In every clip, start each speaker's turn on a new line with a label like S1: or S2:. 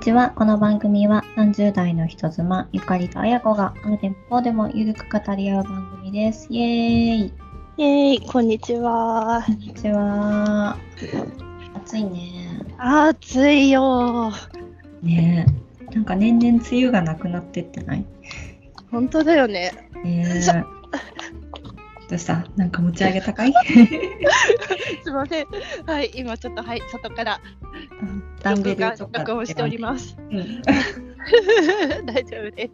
S1: ちは。この番組は30代の人妻、ゆかりとあやこが、あの店舗でもゆるく語り合う番組です。イエーイ
S2: イエーイ、こんにちは。
S1: こんにちは。暑いね。
S2: 暑いよ。
S1: ねえ。なんか年々梅雨がなくなってってない
S2: 本当だよね。
S1: ね
S2: そ
S1: え。どうしたなんか持ち上げたか い
S2: すいません。はい、今ちょっとはい外から
S1: ダンベ
S2: 録
S1: ル
S2: 画
S1: とか。
S2: 録音しております。
S1: す。うん、じ
S2: 大丈夫で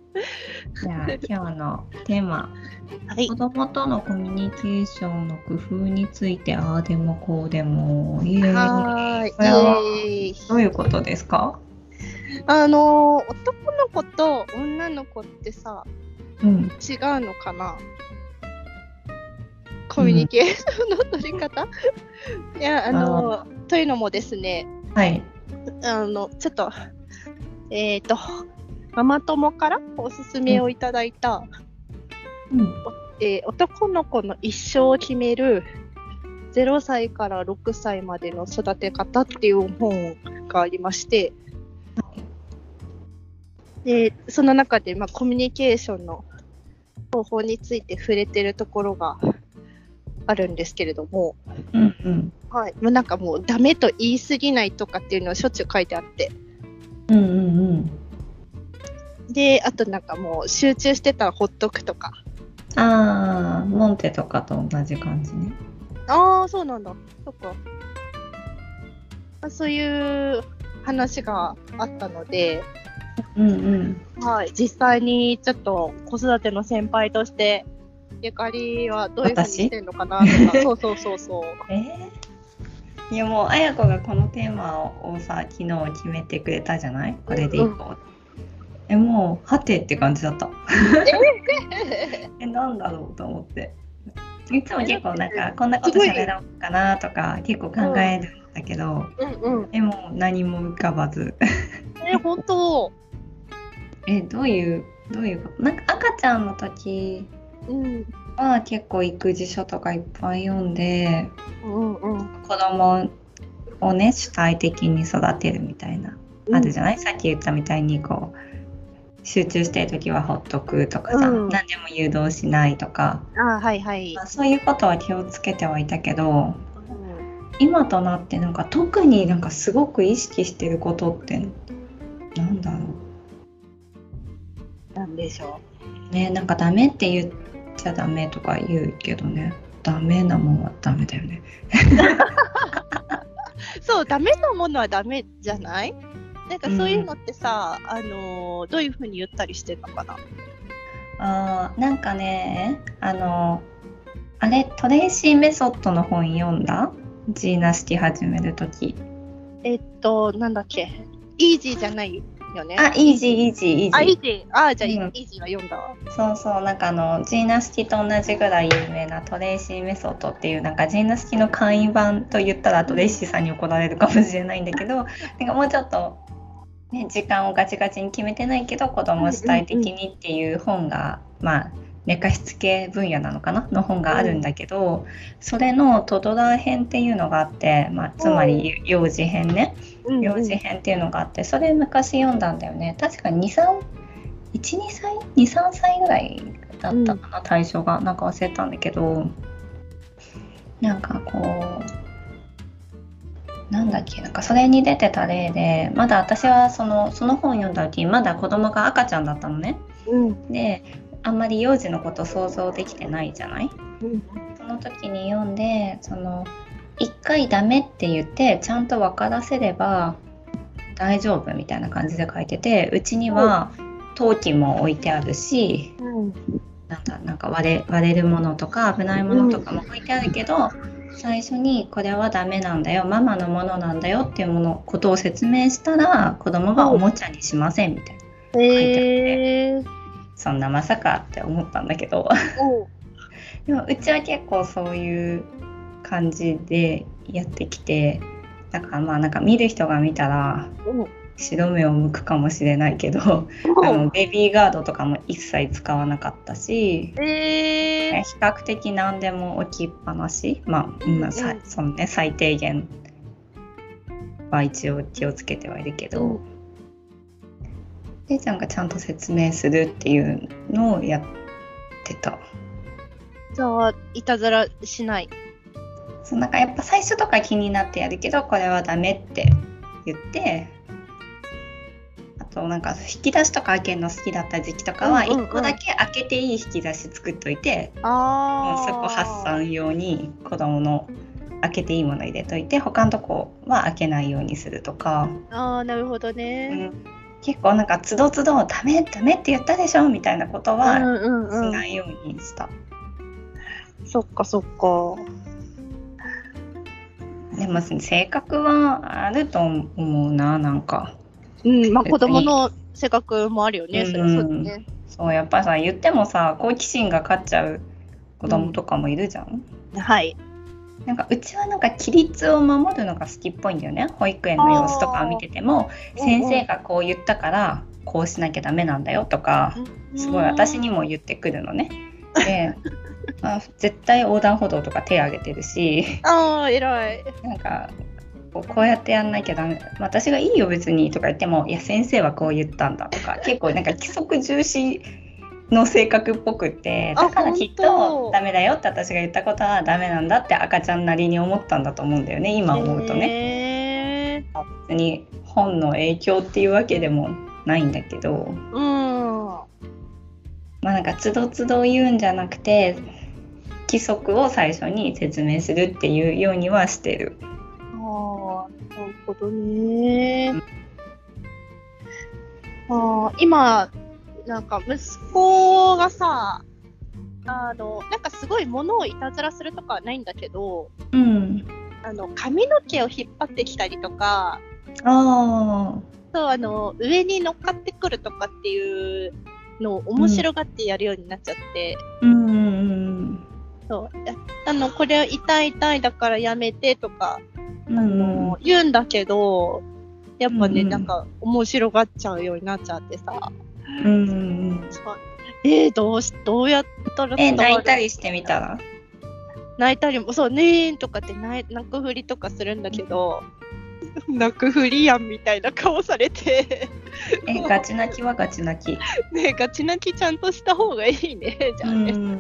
S1: ゃあ今日のテーマ。
S2: す。はい
S1: 子。供とのコミュニケーションの工夫についてああでもこうでもいい
S2: は
S1: これは
S2: ーい。イエーイ。
S1: どういうことですか？
S2: あのー男の子と女の子ってさ
S1: うん。
S2: 違うのかな。コミュニケーションの取り方、いやあのーというのもですね。
S1: はい。
S2: あの、ちょっと、えっ、と、ママ友からおすすめをいただいた、
S1: うん。
S2: えー男の子の一生を決める0歳から6歳までの育て方っていう本がありまして、でその中で、まあ、コミュニケーションの方法について触れてるところがあるんですけれども、
S1: うんうん。
S2: はい、もうなんかもうダメと言い過ぎないとかっていうのはしょっちゅう書いてあって、
S1: うんうんうん。
S2: で、あとなんかもう集中してたらほっとくとか。
S1: ああ、モンテとかと同じ感じね。
S2: ああ、そうなんだ。そっか。そういう話があったので、
S1: うんうん。
S2: はい、実際にちょっと子育ての先輩として、ゆかりはどういうふうに
S1: 私
S2: してんのかなとか、そうそうそう そう。
S1: えーいやもうあやこがこのテーマをさ昨日決めてくれたじゃないこれでいこう、えもうはてって感じだったえなんだろうと思っていつも結構なんかこんなこと喋ろうかなとか結構考えるんだけど、
S2: うんうん。
S1: えもう何も浮かばず
S2: え、本当。
S1: えどういうどういうことなんか赤ちゃんの時
S2: うん。
S1: は結構育児書とかいっぱい読んで
S2: うんうん。
S1: 子供をね主体的に育てるみたいなあるじゃない、さっき言ったみたいにこう集中してる時はほっとくとかさ、
S2: うん
S1: 何でも誘導しないとか、
S2: ああ、はいはい
S1: ま。あ、そういうことは気をつけてはいたけど
S2: うん
S1: 今となってなんか特になんかすごく意識してることってなんだろ
S2: なんでしょ
S1: うねなんかダメって言っちゃダメとか言うけどねダメなもんはダメだよね。
S2: う。そう、ダメなものはダメじゃないなんかそういうのってさ、あのーどういうふうに言ったりしてんのかな
S1: あーなんかねあのあれトレイシーメソッドの本読んだジーナ式始める時
S2: えっと、なんだっけ、イージーじゃないよね。
S1: あ、イージーイージーイ
S2: あ、
S1: ー
S2: イ
S1: ジ
S2: ージー。あ、じゃあ、
S1: うん
S2: イージーは読んだわ。
S1: ー。そうそう、なんかあの、ジーナ式と同じぐらい有名なトレイシーメソッドっていう、なんかジーナ式の簡易版と言ったらトレイシーさんに怒られるかもしれないんだけど、なんかもうちょっと、ね、時間をガチガチに決めてないけど、子供主体的にっていう本が、まあ、寝かしつけ分野なのかなの本があるんだけど、それのトドラー編っていうのがあって、まあ、つまり幼児編ね。
S2: うん
S1: 幼児編っていうのがあってそれ昔読んだんだよね確か2312歳23歳ぐらいだったかな、対象がなんか忘れたんだけどなんかこうなんだっけなんかそれに出てた例でまだ私はそのその本読んだ時まだ子供が赤ちゃんだったのね
S2: うん。
S1: であんまり幼児のこと想像できてないじゃない
S2: うん。
S1: その時に読んでその一回ダメって言ってちゃんと分からせれば大丈夫みたいな感じで書いててうちには陶器も置いてあるし
S2: うん。
S1: なんだなんか割れ割れるものとか危ないものとかも置いてあるけど、最初にこれはダメなんだよママのものなんだよっていうものことを説明したら子供がおもちゃにしませんみたいな
S2: えー。
S1: そんなまさかって思ったんだけど。
S2: おう
S1: でもうちは結構そういう感じでやってきてだからまあなんか見る人が見たら
S2: おう
S1: 白目を向くかもしれないけどあのベビーガードとかも一切使わなかったし
S2: え
S1: 比較的何でも置きっぱなしまあ、うんさ
S2: うん
S1: そのね最低限は一応気をつけてはいるけど、
S2: うん
S1: れいちゃんがちゃんと説明するっていうのをやってた。
S2: じゃあ、いたずらしない。
S1: そうなんかやっぱ最初とか気になってやるけどこれはダメって言ってあとなんか引き出しとか開けるの好きだった時期とかは
S2: うんうんうん
S1: 1個だけ開けていい引き出し作っといて、
S2: あ
S1: もうそこ発。散用に子供の開けていいもの入れといて他のとこは開けないようにするとか、
S2: ああ、なるほど
S1: う
S2: ね。
S1: ん、結構なんかつどつどダメダメって言ったでしょみたいなこと
S2: う
S1: は
S2: ん
S1: し
S2: うんう。
S1: なんいようにした。
S2: そっかそっか。
S1: でも性格はあると思うななんか。
S2: うん、まあ子供の性格もあるよね、それはそうだね。
S1: そうやっぱさ言ってもさ好奇心が勝っちゃう子供とかもいるじゃん、
S2: はい。
S1: なんかうちはなんか規律を守るのが好きっぽいんだよね保育園の様子とか見てても先生がこう言ったからこうしなきゃダメなんだよとかすごい私に
S2: も。
S1: も言ってくるのね であ絶対横断歩道とか手挙げてるし
S2: ああ、偉い。
S1: なんかこうこうやってやんなきゃダメ私が「いいよ別に」とか言っても「いや先生はこう言ったんだ」と か結構なんか規則重視の性格っぽくって
S2: あ
S1: だからきっ
S2: 本
S1: と
S2: 当
S1: 「ダメだよ」って私が言ったことはダメなんだって赤ちゃんなりに思ったんだと思うんだよね今思うとね。
S2: ね。
S1: 別に本の影響っていうわけでもないんだけど
S2: うん。
S1: まあなんかつどつど言うんじゃなくて規則を最初に説明するっていうようにはしてる。
S2: ああ、なるほどね。ああ、今、なんか息子がさ、あの、なんかすごい物をいたずらするとかはないんだけど、
S1: うん、
S2: あの、髪の毛を引っ張ってきたりとか、
S1: あー
S2: そう、あの、上に乗っかってくるとかっていうのを面白がってやるようになっちゃって、
S1: うんうん
S2: そう、あの、これは痛い痛いだからやめてとか、
S1: うん
S2: あの言うんだけどやっぱね、
S1: うんうん
S2: なんか面白がっちゃうようになっちゃってさ
S1: うんうん
S2: そうえー、どうしどうやったら
S1: え
S2: 伝わる
S1: 泣いたりしてみた ら
S2: 泣いたりもそうねーんとかって泣い泣くふりとかするんだけど泣くふりやんみたいな顔されて
S1: えガチ泣きはガチ泣き
S2: ねえガチ泣きちゃんとした方がいいね じゃあね、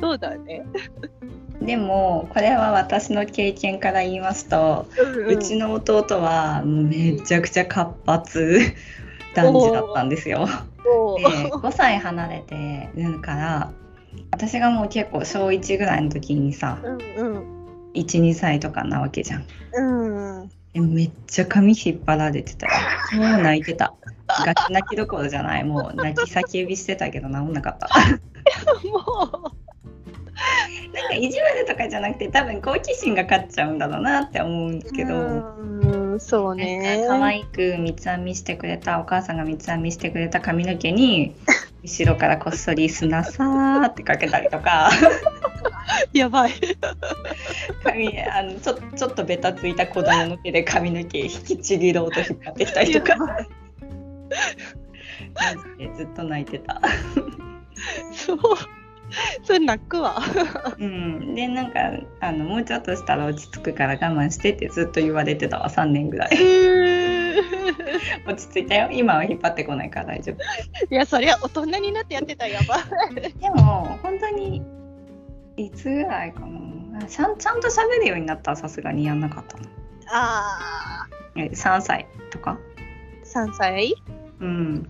S2: そうだね、
S1: でもこれは私の経験から言いますと、
S2: うん
S1: うちの弟はめちゃくちゃ活発 男児だったんですよ。
S2: そ
S1: で5歳離れてるから私がもう結構小1ぐらいの時にさ
S2: ううん
S1: 12歳とかなわけじゃん。
S2: うんうん
S1: えめっちゃ髪引っ張られてたよ。もう泣いてた。ガチ泣きどころじゃない。もう泣き叫びしてたけど治んなかった。
S2: も
S1: なんか意地悪とかじゃなくて多分好奇心が勝っちゃうんだろうなって思うんだ
S2: う
S1: けど、
S2: うんそうね
S1: 可愛く三つ編みしてくれたお母さんが三つ編みしてくれた髪の毛に後ろからこっそり砂さーってかけたりとか
S2: やばい
S1: 髪あのちょちょっとベタついた子供の毛で髪の毛引きちぎろうと引っ張ってきたりとか。マジでずっと泣いてた、
S2: そう。それ泣くわ。
S1: うん、でなんかあのもうちょっとしたら落ち着くから我慢してってずっと言われてたわ3年ぐらい
S2: い
S1: 落ち着いたよ今は引っ張ってこないから大丈夫
S2: や、そりゃ大人になってやってたらやばい。
S1: でも本当にいつぐらいかなあちゃんちゃんと喋るようになったらさすがにやんなかったの
S2: ああ、
S1: え3歳とか
S2: 3歳
S1: うん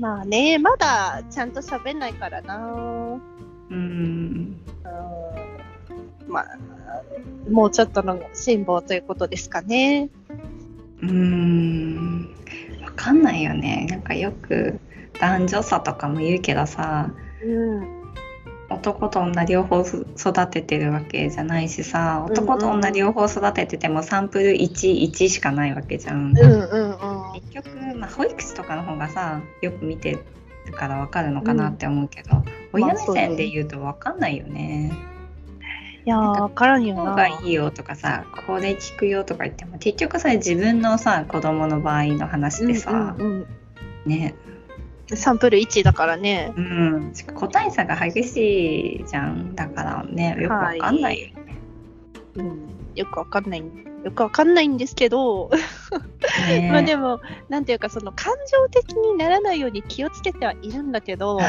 S2: まあね、まだちゃんと喋んないからな。
S1: うん
S2: まあ、もうちょっとの辛抱ということですかね。
S1: うんわかんないよねなんかよく男女差とかも言うけどさ
S2: うん。
S1: 男と女両方そ育ててるわけじゃないしさ男と女両方育てててもサンプル11しかないわけじゃん
S2: うんうんうん。
S1: 結局、まあ、保育士とかの方がさよく見てるから分かるのかなって思うけど、
S2: ま
S1: 親
S2: あ
S1: 目
S2: そうだね
S1: 線で言うと分かんないよね。
S2: いやー、わからんよ
S1: こう
S2: な。
S1: がいいよとかさこれ聞くよとか言っても結局さ自分のさ子供の場合の話でさ、
S2: うんうん
S1: ね、
S2: うんサンプル1だからね。
S1: うん、個体差が激しいじゃんだからねよく分かんないよね、
S2: うん。よくわかんないんよくわかんないんですけど、
S1: ね
S2: まあでも、なんていうか、その感情的にならないように気をつけてはいるんだけど、
S1: あ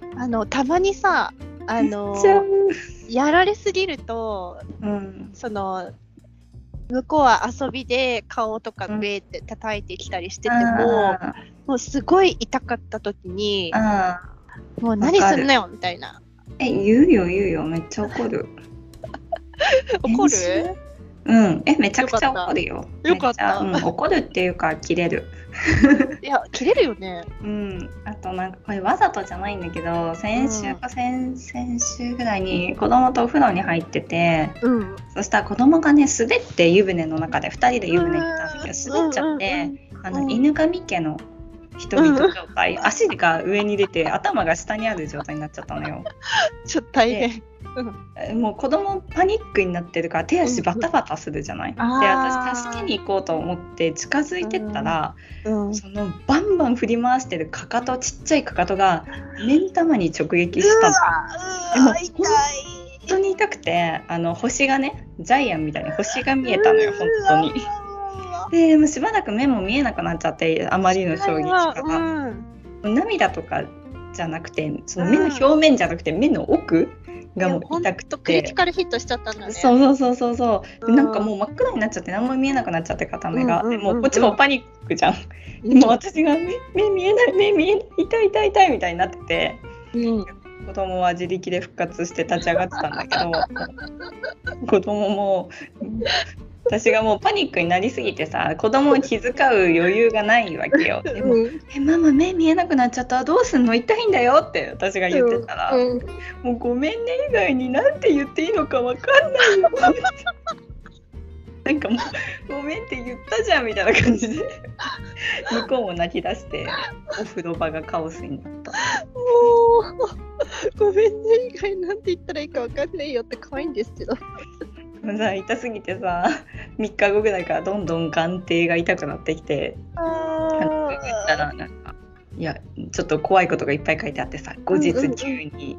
S1: ー
S2: あの、たまにさ、あの、
S1: じゃん
S2: やられすぎると、
S1: うん
S2: その、向こうは遊びで顔とかベーって叩いてきたりしてても、
S1: あー
S2: もうすごい痛かった時に、
S1: あー
S2: もう何すんなよみたいな。
S1: え言うよ言うよめっちゃ怒る
S2: 怒
S1: 練習
S2: る
S1: うんえめちゃくちゃ
S2: よかった
S1: 怒るよ
S2: よかった
S1: めちゃうん、怒るっていうか切れる
S2: いや、切れるよね。
S1: うん、あとなんかこれわざとじゃないんだけど先週か先,、先週ぐらいに子供とお風呂に入ってて
S2: うん。
S1: そしたら子供がね滑って湯船の中で2人で湯船に行ったんだけど滑っちゃって、あ
S2: う
S1: の
S2: ん
S1: 犬神家の人々状態、足が上に出て頭が下にある状態になっちゃったのよ。
S2: ちょっと大変。
S1: えもう子供パニックになってるから手足バタバタするじゃない、
S2: うん
S1: で
S2: あー
S1: 私助けに行こうと思って近づいてったら、
S2: うん
S1: そのバンバン振り回してるかかとちっちゃいかかとが目ん玉に直撃したの本
S2: うわ
S1: でも
S2: 痛い。
S1: 当に痛くてあの星がねジャイアンみたいに星が見えたのよ本当に。でもうしばらく目も見えなくなっちゃってあまりの衝撃から、
S2: うん
S1: 涙とかじゃなくてその目の表面じゃなくて目の奥がも
S2: いやほ
S1: うん痛く
S2: とクリ
S1: て
S2: ティ。カルヒットしちゃったんだね。
S1: そうそうそうそうそうで
S2: うん
S1: なんかもう真っ暗になっちゃって何も見えなくなっちゃって片目が、
S2: うんうんうんうん
S1: でもうこっちもパニックじゃん、
S2: うん。
S1: もう私が目目見えない目見えない痛い痛い痛いみたいになってて
S2: うん。
S1: 子供は自力で復活して立ち上がってたんだけ ど子供も私がもうパニックになりすぎてさ子供を気遣う余裕がないわけよでも
S2: うん
S1: えママ目見えなくなっちゃったどうすんの痛いんだよって私が言ってたら、
S2: うん
S1: もうごめんね以外になんて言っていいのかわかんないよなんかもうごめんって言ったじゃんみたいな感じで向こうも泣き出してお風呂場がカオスになった
S2: もう、 ごめんね、以外なんて言ったらいいかわかんないよって可愛いんですけど。
S1: もうさ痛すぎてさ3日後ぐらいからどんどん眼底が痛くなってきて
S2: あ
S1: 言ったらなんかいやちょっと怖いことがいっぱい書いてあってさ後日急に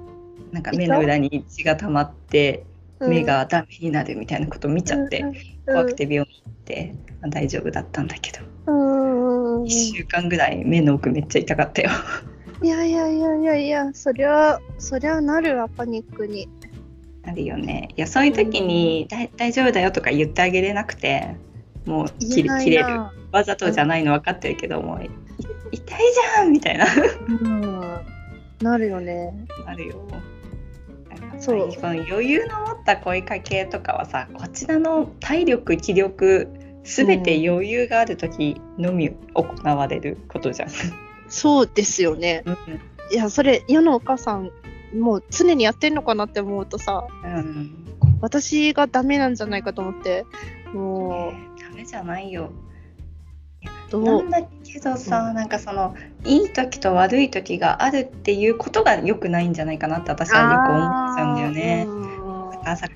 S1: なんか目の裏に血が溜まって目がダメになるみたいなことを見ちゃって怖く。て病院行って、まあ、大丈夫だったんだけど、
S2: うんうんうん
S1: 1週間ぐらい目の奥めっちゃ痛かったよ
S2: いやいやいやいやいや、そりゃ、そりゃなるわ、パニックに。
S1: あるよねいやそういう時に、だい大丈夫だよとか言ってあげれなくてもう切
S2: 言え
S1: れ
S2: な
S1: 切
S2: い
S1: れる
S2: な。
S1: わざとじゃないの分かってるけどもうい痛いじゃんみたいな
S2: うん。なるよね。
S1: あるよなんか
S2: そう
S1: この余裕の持った声かけとかはさこちらの体力気力全て余裕がある時のみ行われることじゃん。
S2: そうですよね。
S1: うん
S2: いや、それ、世のお母さん、もう常にやってんのかなって思うとさ、
S1: うん
S2: 私がダメなんじゃないかと思って、も
S1: ダメじゃないよ。
S2: う、ど
S1: な、
S2: うん
S1: だけどさ、
S2: うん
S1: なんかそのいい時と悪い時があるっていうことが良くないんじゃないかなって私はよく思っちゃうんだよね。
S2: あ
S1: あさ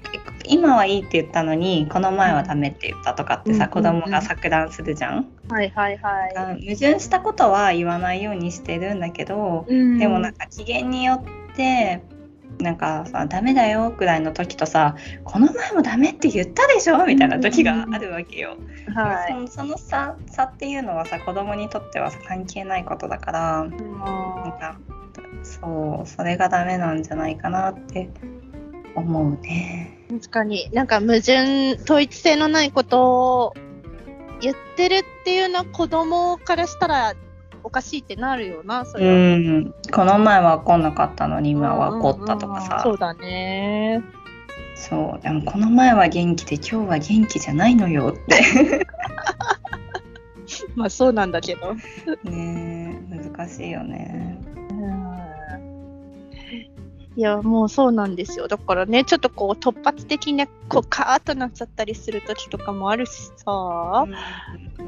S1: 今はいいって言ったのにこの前はダメって言ったとかってさ、
S2: うん
S1: 子供が錯乱するじゃん、
S2: ーはいはいは
S1: あ矛盾したことは言わないようにしてるんだけど、
S2: い。うん
S1: でもなんか機嫌によってなんかさダメだよくらいの時とさこの前もダメって言ったでしょみたいな時があるわけよ。
S2: はい。
S1: そのその差差っていうのはさ子供にとってはさ関係ないことだからなんかそうそれがダメなんじゃないかなって思うね。
S2: 確かに、なんか矛盾、統一性のないことを言ってるっていうのは子供からしたらおかしいってなるよな、そうれは。
S1: ん、この前は怒んなかったのに今は怒ったとか
S2: うんうんうんそ
S1: さ
S2: うだね。
S1: そうでもこの前は元気で今日は元気じゃないのよって
S2: まあそうなんだけど。
S1: ねえ難しいよね。
S2: いやもうそうなんですよだからねちょっとこう突発的にねこうカーッとなっちゃったりする時とかもあるしさ、あ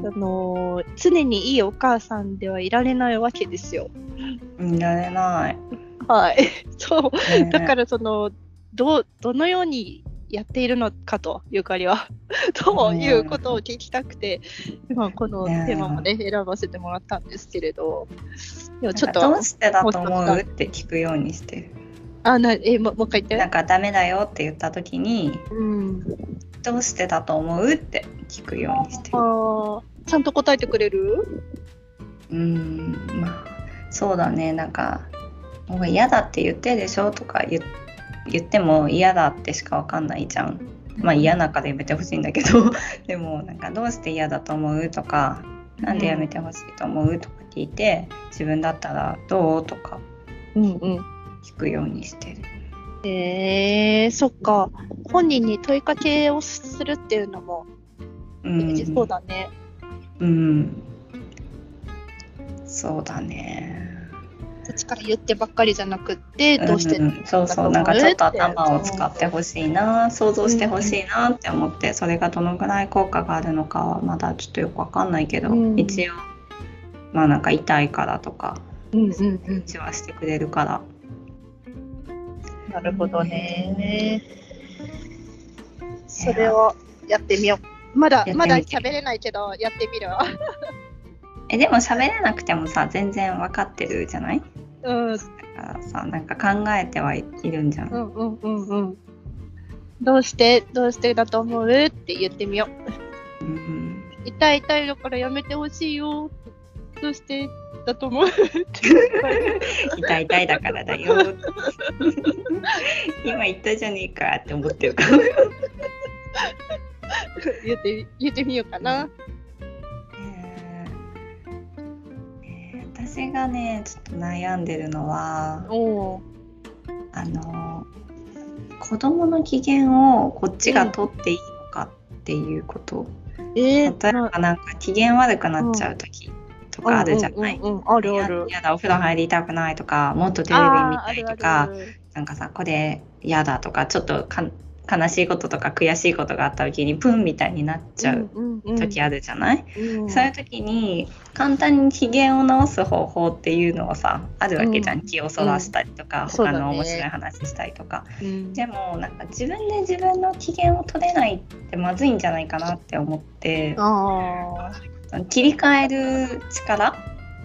S2: のー常にいいお母さんではいられないわけですよ
S1: うんいられない。
S2: はい そう
S1: ねえ
S2: だからそのどうどのようにやっているのかとゆかりは ということを聞きたくて今この
S1: ねえ
S2: テーマもね選ばせてもらったんですけれどいや
S1: ち
S2: ち
S1: ょっ
S2: ょっ
S1: と
S2: と
S1: どうしてだと思うって聞くようにしてる。
S2: あ、な、え、ももう一回言
S1: な
S2: っ
S1: ん
S2: て。
S1: かダメだよって言った時に
S2: うん。
S1: どうしてだと思うって聞くようにしてる
S2: ああ、ちゃんと答えてくれる
S1: うんまあそうだねなんか「もう嫌だって言ってでしょ」とか言言っても嫌だってしかわかんないじゃんまあ嫌なからやめてほしいんだけど でもなんか「どうして嫌だと思う?」とか「なんでやめてほしいと思う?」とか聞いて「自分だったらどう?」とか
S2: うんうん。
S1: 聞くようにしてる。
S2: えー、そっか。本人に問いかけをするっていうのも、
S1: うん、
S2: そうだね。
S1: うんそうだね。
S2: こっちから言ってばっかりじゃなくって、どうして、
S1: んんそうそうなんかちょっと頭を使ってほしいな想像してほしいなって思ってそれがどのぐらい効果があるのかはまだちょっとよくわかんないけど、
S2: うん
S1: 一応まあなんか痛いからとか
S2: うんうんうん
S1: 一はしてくれるから
S2: なるほどね。それをやってみよう。まだ
S1: やってみて
S2: まだ喋れないけどやってみるわ。
S1: えでも喋れなくてもさ全然わかってるじゃない
S2: うんうん
S1: だからさなんか考えてはいるんじゃん、
S2: うんうんうん。どうしてどうしてだと思うって言ってみよ
S1: うん
S2: う。痛い痛いだからやめてほしいよ。どうしてだと思う
S1: 痛い痛いだからだよ 今言ったじゃねえかって思ってるから
S2: 言って言ってみようか
S1: え
S2: な。
S1: ーえー私がねちょっと悩んでるのは
S2: おお。
S1: あの子供の機嫌をこっちが取っていいのかっていうこと、
S2: え
S1: 例えばなんか機嫌悪くなっちゃう時とかあるじゃない、
S2: うんうんうん、あるあ
S1: や
S2: る。
S1: やだお風呂入りたくないとかもっとテレビ見たいとか
S2: あーあるある
S1: なんかさこれやだとかちょっとか悲しいこととか悔しいことがあった時にプンみたいになっちゃう
S2: うんうんうん
S1: 時あるじゃない、
S2: うん
S1: そういう時に簡単に機嫌を直す方法っていうのはさあるわけじゃん、
S2: う
S1: 気をそらしたりとか、
S2: んそう
S1: 他
S2: だね
S1: の面白い話したりとか、
S2: うん
S1: でもなんか自分で自分の機嫌を取れないってまずいんじゃないかなって思って
S2: ああ。
S1: 切り替える力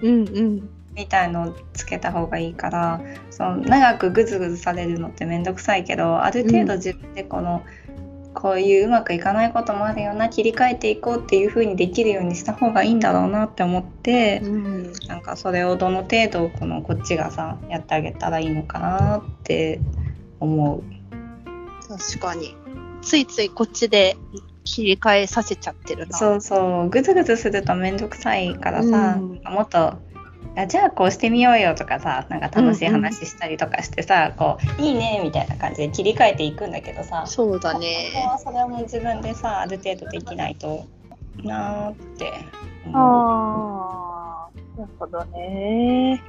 S2: うんうん。
S1: みたいのをつけた方がいいからその長くグズグズされるのって面倒くさいけどある程度自分でこの、こういううまくいかないこともあるよな切り替えていこうっていう風にできるようにした方がいいんだろうなって思って、
S2: うん、
S1: なんかそれをどの程度このこっちがさやってあげたらいいのかなって思う。
S2: 確かについついこっちで切り替えさせちゃってるな
S1: そうそうグズグズすると面倒くさいからさ、
S2: うん
S1: もっとあじゃあこうしてみようよとかさなんか楽しい話したりとかしてさ、こういいねみたいな感じで切り替えていくんだけどさ
S2: そうだ
S1: 本当
S2: ね
S1: はそれも自分でさある程度できないとなーって思う。
S2: ああなるほどね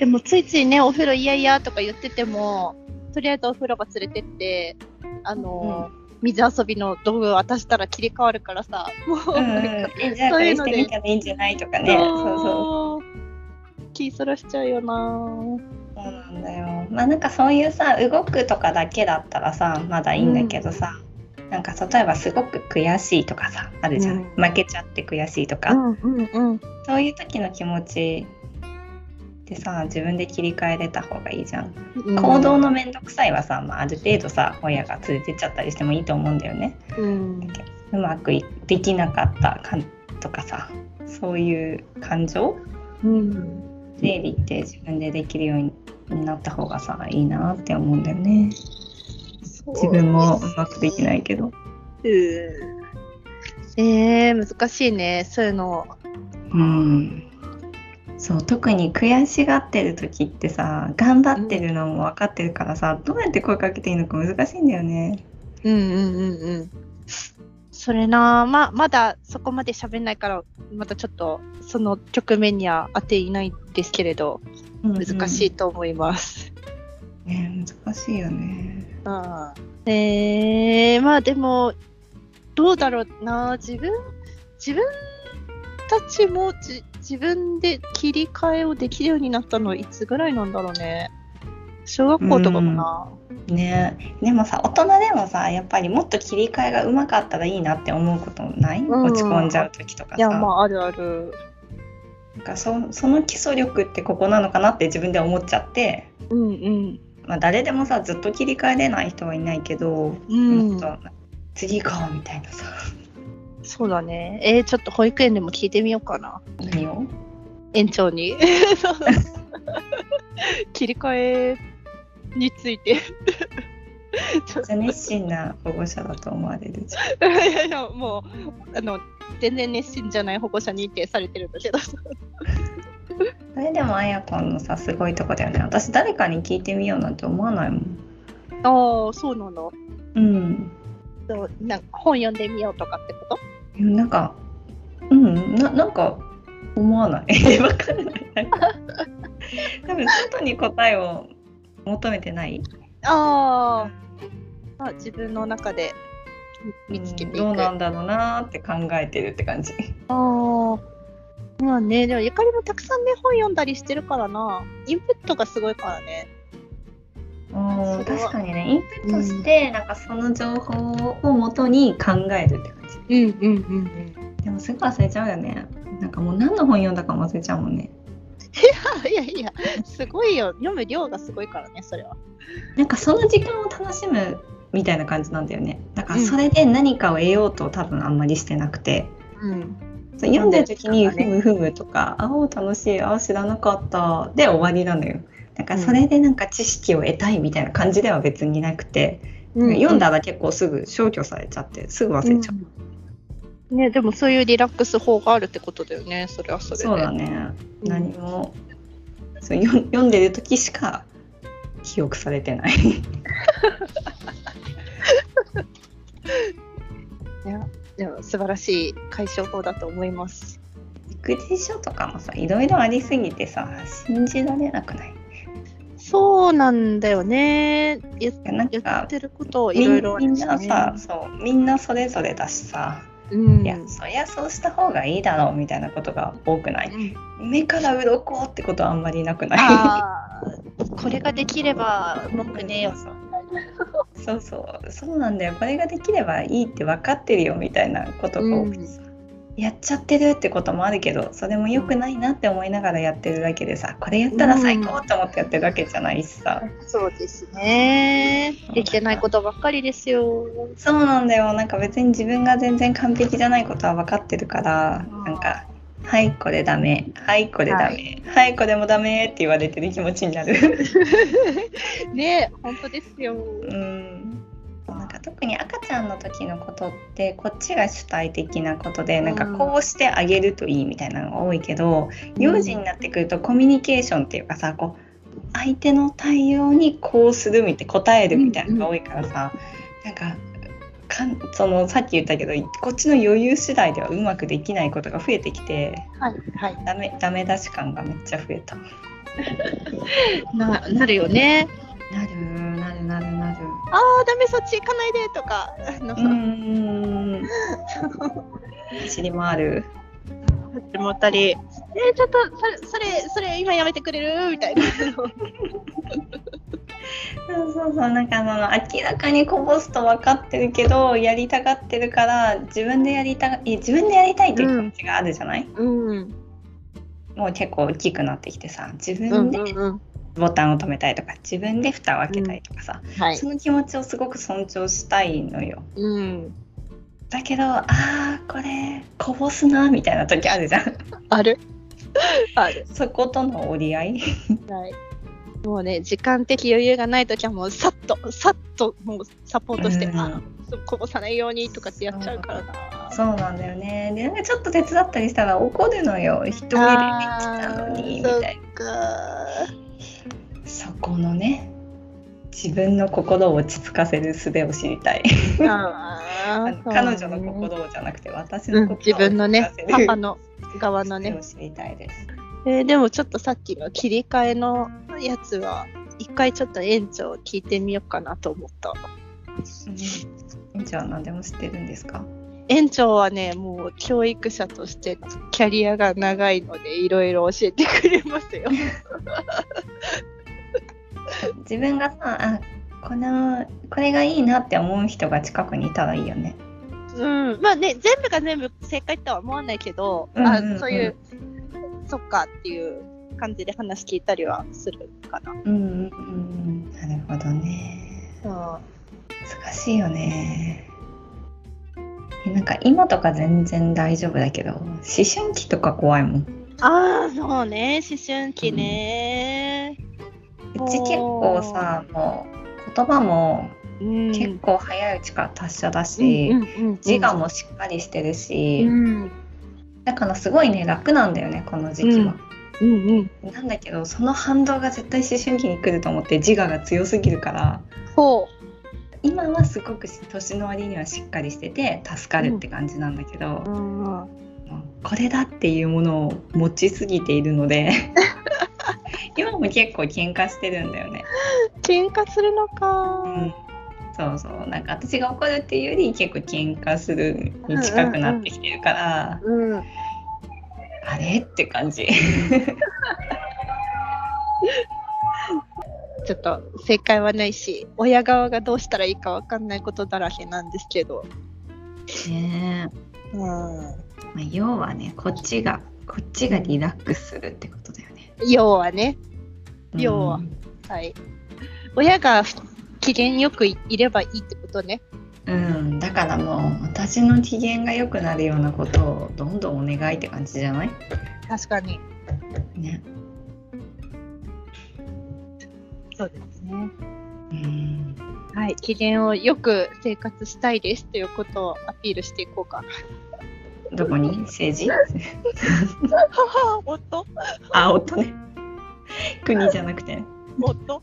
S2: でもついついねお風呂いやいやとか言っててもとりあえずお風呂場連れてってあの、水遊びの道具を渡したら切り替わるからさもう、
S1: うんうん、
S2: なんか
S1: えじゃあこれしてみたらいいんじゃないとかねそうそう
S2: そう気そらしちゃうよな
S1: そうなんだよまあなんかそういうさ動くとかだけだったらさまだいいんだけどさ、なんか例えばすごく悔しいとかさあるじゃん、
S2: うん
S1: 負けちゃって悔しいとか、
S2: うんうんうん
S1: そういう時の気持ちでさ自分で切り替えれた方がいいじゃん、
S2: うん
S1: 行動の面倒くさいはさ、まあ、ある程度さ親が連れてっちゃったりしてもいいと思うんだよね
S2: うん
S1: うまくいできなかったかんとかさそういう感情
S2: うん
S1: 整理って自分でできるようになった方がさいいなって思うんだよね自分もうまくできないけど、
S2: えー、難しいね、そういうの。
S1: うん、そう特に悔しがってる時ってさ頑張ってるのも分かってるからさ、どうやって声かけていいのか難しいんだよね
S2: うんうんうんうん。それな、ままだそこまで喋んないから、またちょっとその局面には当ていないんですけれど、難しい、と思います。
S1: うんうんね、難しいよね
S2: うん、えー、まあでも、どうだろうな、自分、自分たちもじ自分で切り替えをできるようになったのはいつぐらいなんだろうね。小学校とかかな。
S1: ねでもさ大人でもさやっぱりもっと切り替えがうまかったらいいなって思うことない、
S2: うん
S1: 落ち込んじゃう時とかさ
S2: いや、まあ、あるある。
S1: なんかそその基礎力ってここなのかなって自分で思っちゃって
S2: うんうん。
S1: まあ、誰でもさずっと切り替えれない人はいないけど、
S2: うん
S1: もっと次行こうみたいなさ
S2: そうだね。えー、ちょっと保育園でも聞いてみようかな。
S1: 何を
S2: 園長 に。切り替えについて。ちょっと
S1: 熱心な保護者だと思われるじ ゃん
S2: いやいや、もう、あの、全然熱心じゃない保護者認定されてるんだけど。
S1: それでもあやこんのさすごいとこだよね私誰かに聞いてみようなんて思わないもん
S2: ああ、そうなの。
S1: うん
S2: そうなんか本読んでみようとかってこと
S1: なんかうんななんか思わないわかんない なんか多分外に答えを求めてない
S2: あー、まあ、自分の中で見つけていく。
S1: うんどうな
S2: あ
S1: んだろうなーって考えてるって感じ
S2: あー。まあね、でもゆかりもたくさんね、本読んだりしてるからな。インプットがすごいからね。
S1: うん
S2: それは
S1: 確かにねインプットして、なんかその情報をもとに考えるって感じ
S2: うんうんうん。
S1: でもすぐ忘れちゃうよねなんかもう何の本読んだかも忘れちゃうもんね
S2: いやいや、すごいよ。読む量がすごいからね、それは。
S1: なんかその時間を楽しむみたいな感じなんだよねだから
S2: うん
S1: それで何かを得ようと多分あんまりしてなくて、
S2: うん。
S1: そう読んでる時に
S2: そう
S1: ふ
S2: だね
S1: むふむとか、あお楽しいあ知らなかったで終わりなのよだから
S2: うん
S1: それでなんか知識を得たいみたいな感じでは別になくて、読んだら結構すぐ消去されちゃってすぐ忘れちゃう、
S2: うんね、でもそういうリラックス法があるってことだよね、それはそれで。
S1: そうだね
S2: うん
S1: 何も、そうよ読んでる時しか記憶されてない
S2: でも素晴らしい解消法だと思います。
S1: 育児書とかもさいろいろありすぎてさ信じられなくない
S2: そうなんだよね。言
S1: なん
S2: 言
S1: か
S2: ってることをい
S1: み
S2: ろいろあ
S1: み
S2: る
S1: ん
S2: し
S1: な
S2: ね
S1: さ、そうみんなそれぞれだしさ、
S2: うん、
S1: いやそりゃそうした方がいいだろうみたいなことが多くない
S2: うん
S1: 目から鱗ってことはあんまりなくない
S2: あーこれができれば文句ねえよ。
S1: そうそうそうなんだよこれができればいいって分かってるよみたいなことが多くてさ、やっちゃってるってこともあるけどそれも良くないなって思いながらやってるだけでさこれやったら最高って思ってやってるだけじゃないしさ、
S2: そうですね。できてないことばっかりですよ。
S1: そうなんだよなんか別に自分が全然完璧じゃないことは分かってるから
S2: うん
S1: なんか「はいこれダメはいこれダメはい、これもダメ」って言われてる気持ちになる
S2: ねえ、本当ですよ。
S1: うんなんか特に赤ちゃんの時のことってこっちが主体的なことでなんか
S2: うん
S1: こうしてあげるといいみたいなのが多いけど、幼児になってくるとコミュニケーションっていうかさこう相手の対応にこうするみたい答えるみたいなのが多いからさ、なんかかんそのさっき言ったけどこっちの余裕次第ではうまくできないことが増えてきて
S2: はいはい。
S1: ダメダメ出し感がめっちゃ増えた。な
S2: ななるよね。
S1: るなるなるなる。
S2: ああ、ダメ、そっち行かないでとか。あの
S1: うーん。走り回る。
S2: ってもったり、えーちょっとそれそれそれ今やめてくれるみたいな
S1: そうそうそうなんかあの明らかにこぼすと分かってるけどやりたがってるから自分でやりたいや自分でやりたいっていう気持ちがあるじゃない、
S2: うん
S1: もう結構大きくなってきてさ自
S2: うんう
S1: 分
S2: ん
S1: で
S2: うん
S1: ボタンを止めたいとか自分で蓋を開けたいとかさ、
S2: はい
S1: その気持ちをすごく尊重したいのよ
S2: うん
S1: だけどあーこれこぼすなみたいな時あるじゃん
S2: あるある
S1: そことの折り合い
S2: はいもうね時間的余裕がない時はもうさっとさっともうサポートして、
S1: うん
S2: あそうこぼさないようにとかってやっちゃうからな
S1: そうなんだよねでなんかちょっと手伝ったりしたら怒るのよ一人で来たのにみたいな。
S2: か
S1: そこのね自分の心を落ち着かせる術を知りたい、
S2: あ
S1: あ
S2: ー
S1: の彼女
S2: そう
S1: の
S2: ね
S1: 心をじゃなくて私
S2: う
S1: の
S2: ん
S1: 心を
S2: 自分のね
S1: 落ち着かせ
S2: パ
S1: る
S2: パの側のね
S1: 術を知りたいです
S2: えーでもちょっとさっきの切り替えのやつは一回ちょっと園長聞いてみようかなと思った
S1: うんじゃあ何でも知ってるんですか
S2: 園長はねもう教育者としてキャリアが長いのでいろいろ教えてくれますよ
S1: 自分がさあこのこれがいいなって思う人が近くにいたらいいよね
S2: うんまあね全部が全部正解とは思わないけど、
S1: うんうんうん
S2: あそういうそっかっていう感じで話聞いたりはするかな。
S1: うんうんうんなるほどね
S2: そう
S1: 難しいよねえなんか今とか全然大丈夫だけど思春期とか怖いもん
S2: ああ、そうね、思春期ね。
S1: うち結構さもう言葉も
S2: うん
S1: 結構早いうちから達者だし、
S2: うんうんうん
S1: 自我もしっかりしてるし、
S2: うん
S1: だからすごいね楽なんだよねこの時期は、
S2: うんうん。
S1: なんだけどその反動が絶対思春期に来ると思って自我が強すぎるから
S2: そ
S1: 今はすごく年の割にはしっかりしてて助かるって感じなんだけど
S2: う。、うん
S1: これだっていうものを持ちすぎているので今も結構喧嘩してるんだよね。
S2: 喧嘩するの
S1: う
S2: か。
S1: んそうそうなんか私が怒るっていうより結構喧嘩するに近くなってきてるから、
S2: うん。
S1: あれって感じ。
S2: ちょっと正解はないし、親側がどうしたらいいかわかんないことだらけなんですけど。
S1: ね
S2: うん。
S1: え、まあ、要はねこっちがこっちがリラックスするってことだよね。
S2: 要はね、要は
S1: うん
S2: はい。親が機嫌よくいればいいってことね。
S1: うん、だからもう私の機嫌が良くなるようなことをどんどんお願いって感じじゃない
S2: 確かに。
S1: ね。
S2: そうですね。
S1: うん
S2: はい、機嫌をよく生活したいですということをアピールしていこうか。
S1: どこに政治
S2: 夫
S1: あ、夫ね。国じゃなくてね。
S2: 夫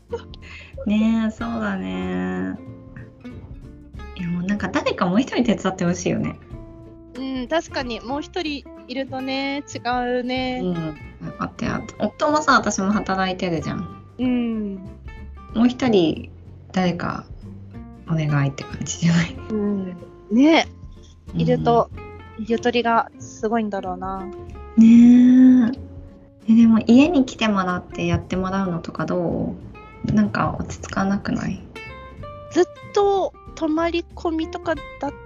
S1: ねえ、そうだね。いやもうなんか誰かもう一人手伝ってほしいよね。
S2: うん、確かにもう一人いるとね、違う
S1: う
S2: ね。
S1: ん。あってあって夫もさ私も働いてるじゃん。
S2: うん。
S1: もう一人誰かお願いって感じじゃない。
S2: うん、ね、いると、ゆとりがすごいんだろうな。
S1: うん。ねえ。えでも家に来てもらってやってもらうのとかどう？なんか落ち着かなくない？
S2: ずっと泊まり込みとかだ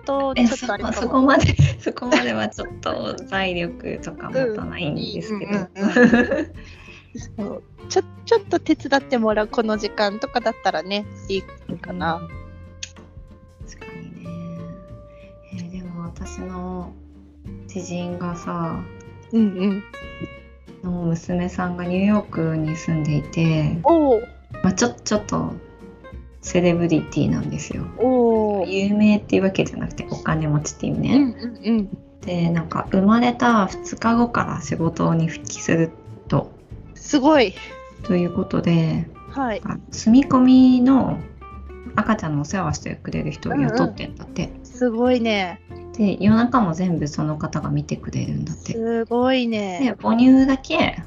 S2: と、ちょ
S1: え
S2: っ
S1: そ
S2: とあれかも。
S1: そこまで そこまではちょっと財力とか持たないんですけど、
S2: うんうんそうちょちょっと手伝ってもらうこの時間とかだったらね、いいかな。
S1: 確かにね、えーでも私の知人がさ
S2: うんうん。
S1: の娘さんがニューヨークに住んでいて、
S2: おう
S1: まあ、ちょちょっとセレブリティなんですよ
S2: おう
S1: 有名っていうわけじゃなくてお金持ちっていう
S2: うんう
S1: ね、
S2: んうん。
S1: でなんか生まれた2日後から仕事に復帰すると
S2: すごい。
S1: ということで
S2: はい。
S1: あ住み込みの赤ちゃんのお世話してくれる人を雇ってんだって、
S2: すごいね。
S1: で夜中も全部その方が見てくれるんだって
S2: すごい
S1: で
S2: ね。
S1: 母乳だけ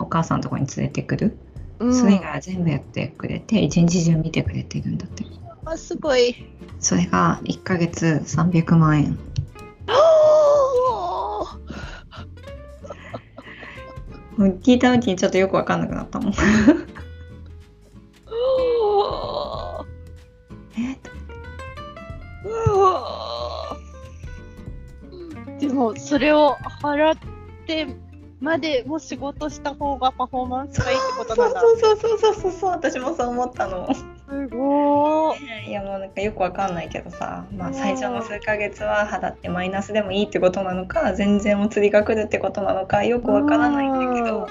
S1: お母さんのとこに連れてくる、
S2: うん
S1: それ以外は全部やってくれて一日中見てくれてるんだって
S2: あすごい。
S1: それが1ヶ月300万円
S2: おー
S1: もう聞いた時にちょっとよく分かんなくなった もん
S2: おー
S1: え
S2: でもそれを払ってまでも仕事した方がパフォーマンスがいいってことなんだ。
S1: そうそうそうそうそうそう私もそう思ったの
S2: すご ー
S1: いやもうなんかよくわかんないけどさ、まあ、最初の数ヶ月は払ってマイナスでもいいってことなのか全然お釣りが来るってことなのかよくわからないんだけど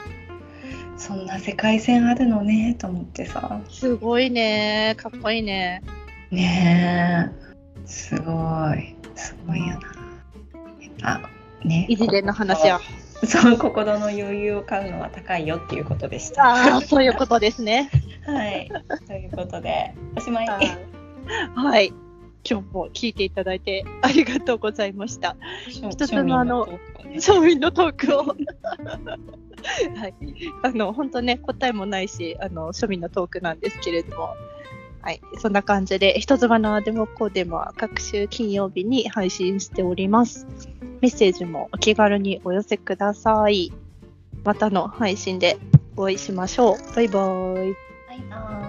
S1: そんな世界線あるのねと思ってさ
S2: すごいね。かっこいいね。
S1: ねえすごいすごいよなあね
S2: いじれの話や。
S1: そう心の余裕を買うのは高いよっていうことでした。
S2: ああ、そういうことですね。
S1: はい、ということでおしまい。
S2: はい。今日も聞いていただいてありがとうございました。一つのあの
S1: 庶民トークをね
S2: 庶民のトークを。はい、あの本当ね答えもないしあの庶民のトークなんですけれども、はい、そんな感じで「人妻のあでもこうでも」は各週金曜日に配信しておりますメッセージもお気軽にお寄せくださいまたの配信でお会いしましょうバイバイ
S1: バイバーイ